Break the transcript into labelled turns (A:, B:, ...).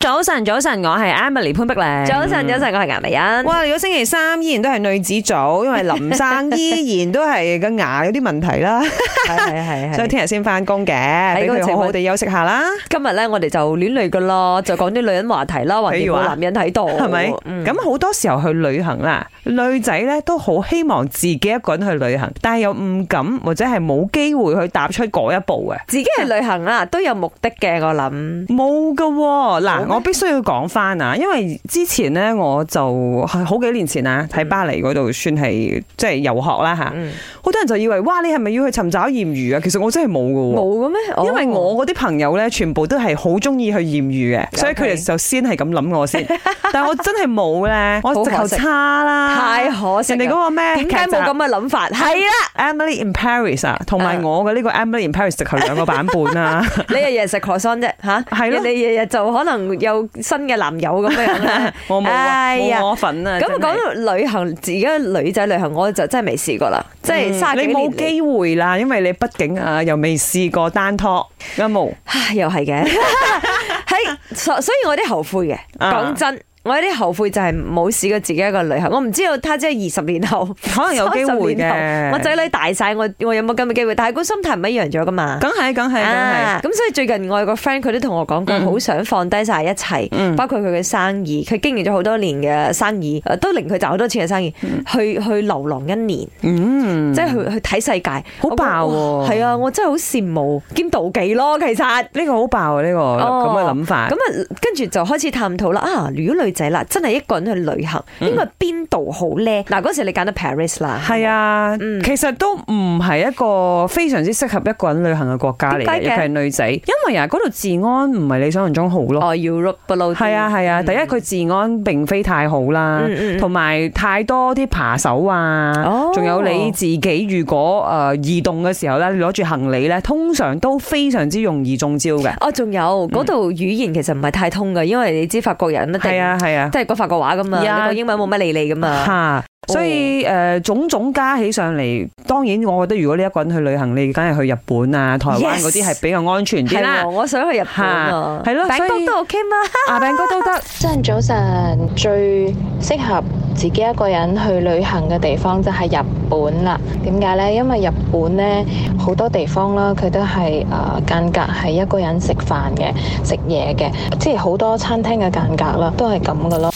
A: 早晨，早晨，我係 Emily 潘碧玲。
B: 早晨，早晨，我係顏麗欣。
C: 哇！如果星期三依然都係女子組，因為林生依然都係個牙有啲問 題啦，
B: 係係係
C: 所以聽日先翻工嘅，俾
B: 嗰個
C: 佢
B: 情況
C: 好好地休息下啦。
B: 今日咧，我哋就亂嚟噶咯，就講啲女人話題啦，或者
C: 譬如
B: 冇
C: 話
B: 男人喺度，
C: 係咪？
B: 嗯
C: 咁好多時候去旅行啦，女仔咧都好希望自己一個人去旅行，但係又唔敢或者係冇機會去踏出嗰一步嘅。
B: 自己去旅行啦，都有目的嘅，我諗。
C: 冇噶喎，
B: 冇
C: 嗱，
B: 咩
C: 我必須要講翻啊，因為之前咧我就係好幾年前啊，喺巴黎嗰度算係即係遊學啦吓，
B: 嗯
C: 好多人就以為哇，你係咪要去尋找豔遇啊？其實我真係冇噶喎。
B: 冇嘅咩？哦
C: 因為我嗰啲朋友咧，全部都係好中意去豔遇嘅，所以佢哋就先係咁 諗我先。但係我真係冇咧，我直
B: 好可
C: 頭
B: 惜
C: 差啦，
B: 太可惜啦
C: 人哋嗰個咩
B: 點解
C: 劇集
B: 冇咁嘅諗法？係啦，
C: Emily in Paris 啊，同埋我嘅呢個 Emily in Paris 直頭兩個版本啊。
B: 你日日食 croissant 啫，吓
C: 係咯。
B: 人哋日日就可能有新嘅男友咁樣咧
C: 我冇啊，
B: 哎呀
C: 冇我份啊。
B: 咁
C: 真係
B: 講到旅行，而家女仔旅行，我就真係未試過啦，即係卅幾
C: 你
B: 年
C: 冇
B: 嚟
C: 機會啦，因為你畢竟啊又未試過單拖，有冇？
B: 唉， 又係 嘅，係所所以我有啲後悔嘅。
C: 啊
B: 講真，我有啲後悔就係冇試過自己一個旅行。我唔知道他即係二十年後，
C: 可能啊有機會
B: 30年
C: 嘅
B: 後我仔女大晒，我我有冇咁嘅機會？但係個心態唔一樣咗噶嘛。
C: 梗係梗係梗嗯係
B: 啊，咁所以最近我有個 friend 佢都同我講，佢好想放低晒一切，
C: 嗯
B: 包括佢嘅生意，佢經營咗好多年嘅生意，呃都令佢賺好多錢嘅生意，去去流浪一年，
C: 嗯
B: 即。係去去睇世界，
C: 好爆喎
B: 我覺得哇係啊，我真係好羨慕兼妒忌咯，其實。
C: 呢個好爆啊！呢個咁嘅諗法
B: 咁，啊，跟住就開始探討啦。啊，如果女仔啦，真係一個人去旅行，應該邊度好咧？嗱，嗰時你揀得 Paris 啦，
C: 嗯係啊，
B: 嗯
C: 其實都唔係一個非常之適合一個人旅行嘅國家嚟
B: 點
C: 嘅，
B: 解嘅
C: 尤其係女仔，因為啊嗰度治安唔係你想象中好咯。
B: 哦，Europe 不嬲
C: 係啊係啊，
B: 嗯
C: 第一佢治安並非太好啦
B: 嗯嗯嗯，
C: 同埋太多啲扒手
B: 哦
C: 啊，仲有你自己如果誒移動嘅時候咧，你攞住行李咧，通常都非常之容易中招嘅。
B: 哦，仲有
C: 嗯
B: 嗰度語言其實唔係太通嘅，因為你知法國人一定
C: 係啊係啊，
B: 即係講法國話噶嘛，你
C: 呀
B: 講英文冇乜理你噶嘛。
C: 嚇！所以誒、呃，種種加起上嚟，當然我覺得如果你一個人去旅行，你梗係去日本啊、台灣
B: Yes
C: 嗰啲係比較安全啲
B: 係
C: 啦
B: 喎，。我想去日本啊，
C: 嚇係咯
B: 餅
C: 所
B: 乾
C: 以
B: 都 OK 嘛。
C: 阿餅哥都得，
D: 真早晨最適合自己一個人去旅行嘅地方就係日本啦。點解呢？因為日本呢好多地方啦，佢都係誒、呃、間隔係一個人食飯嘅、食嘢嘅，即係好多餐廳嘅間隔啦，都係咁嘅咯。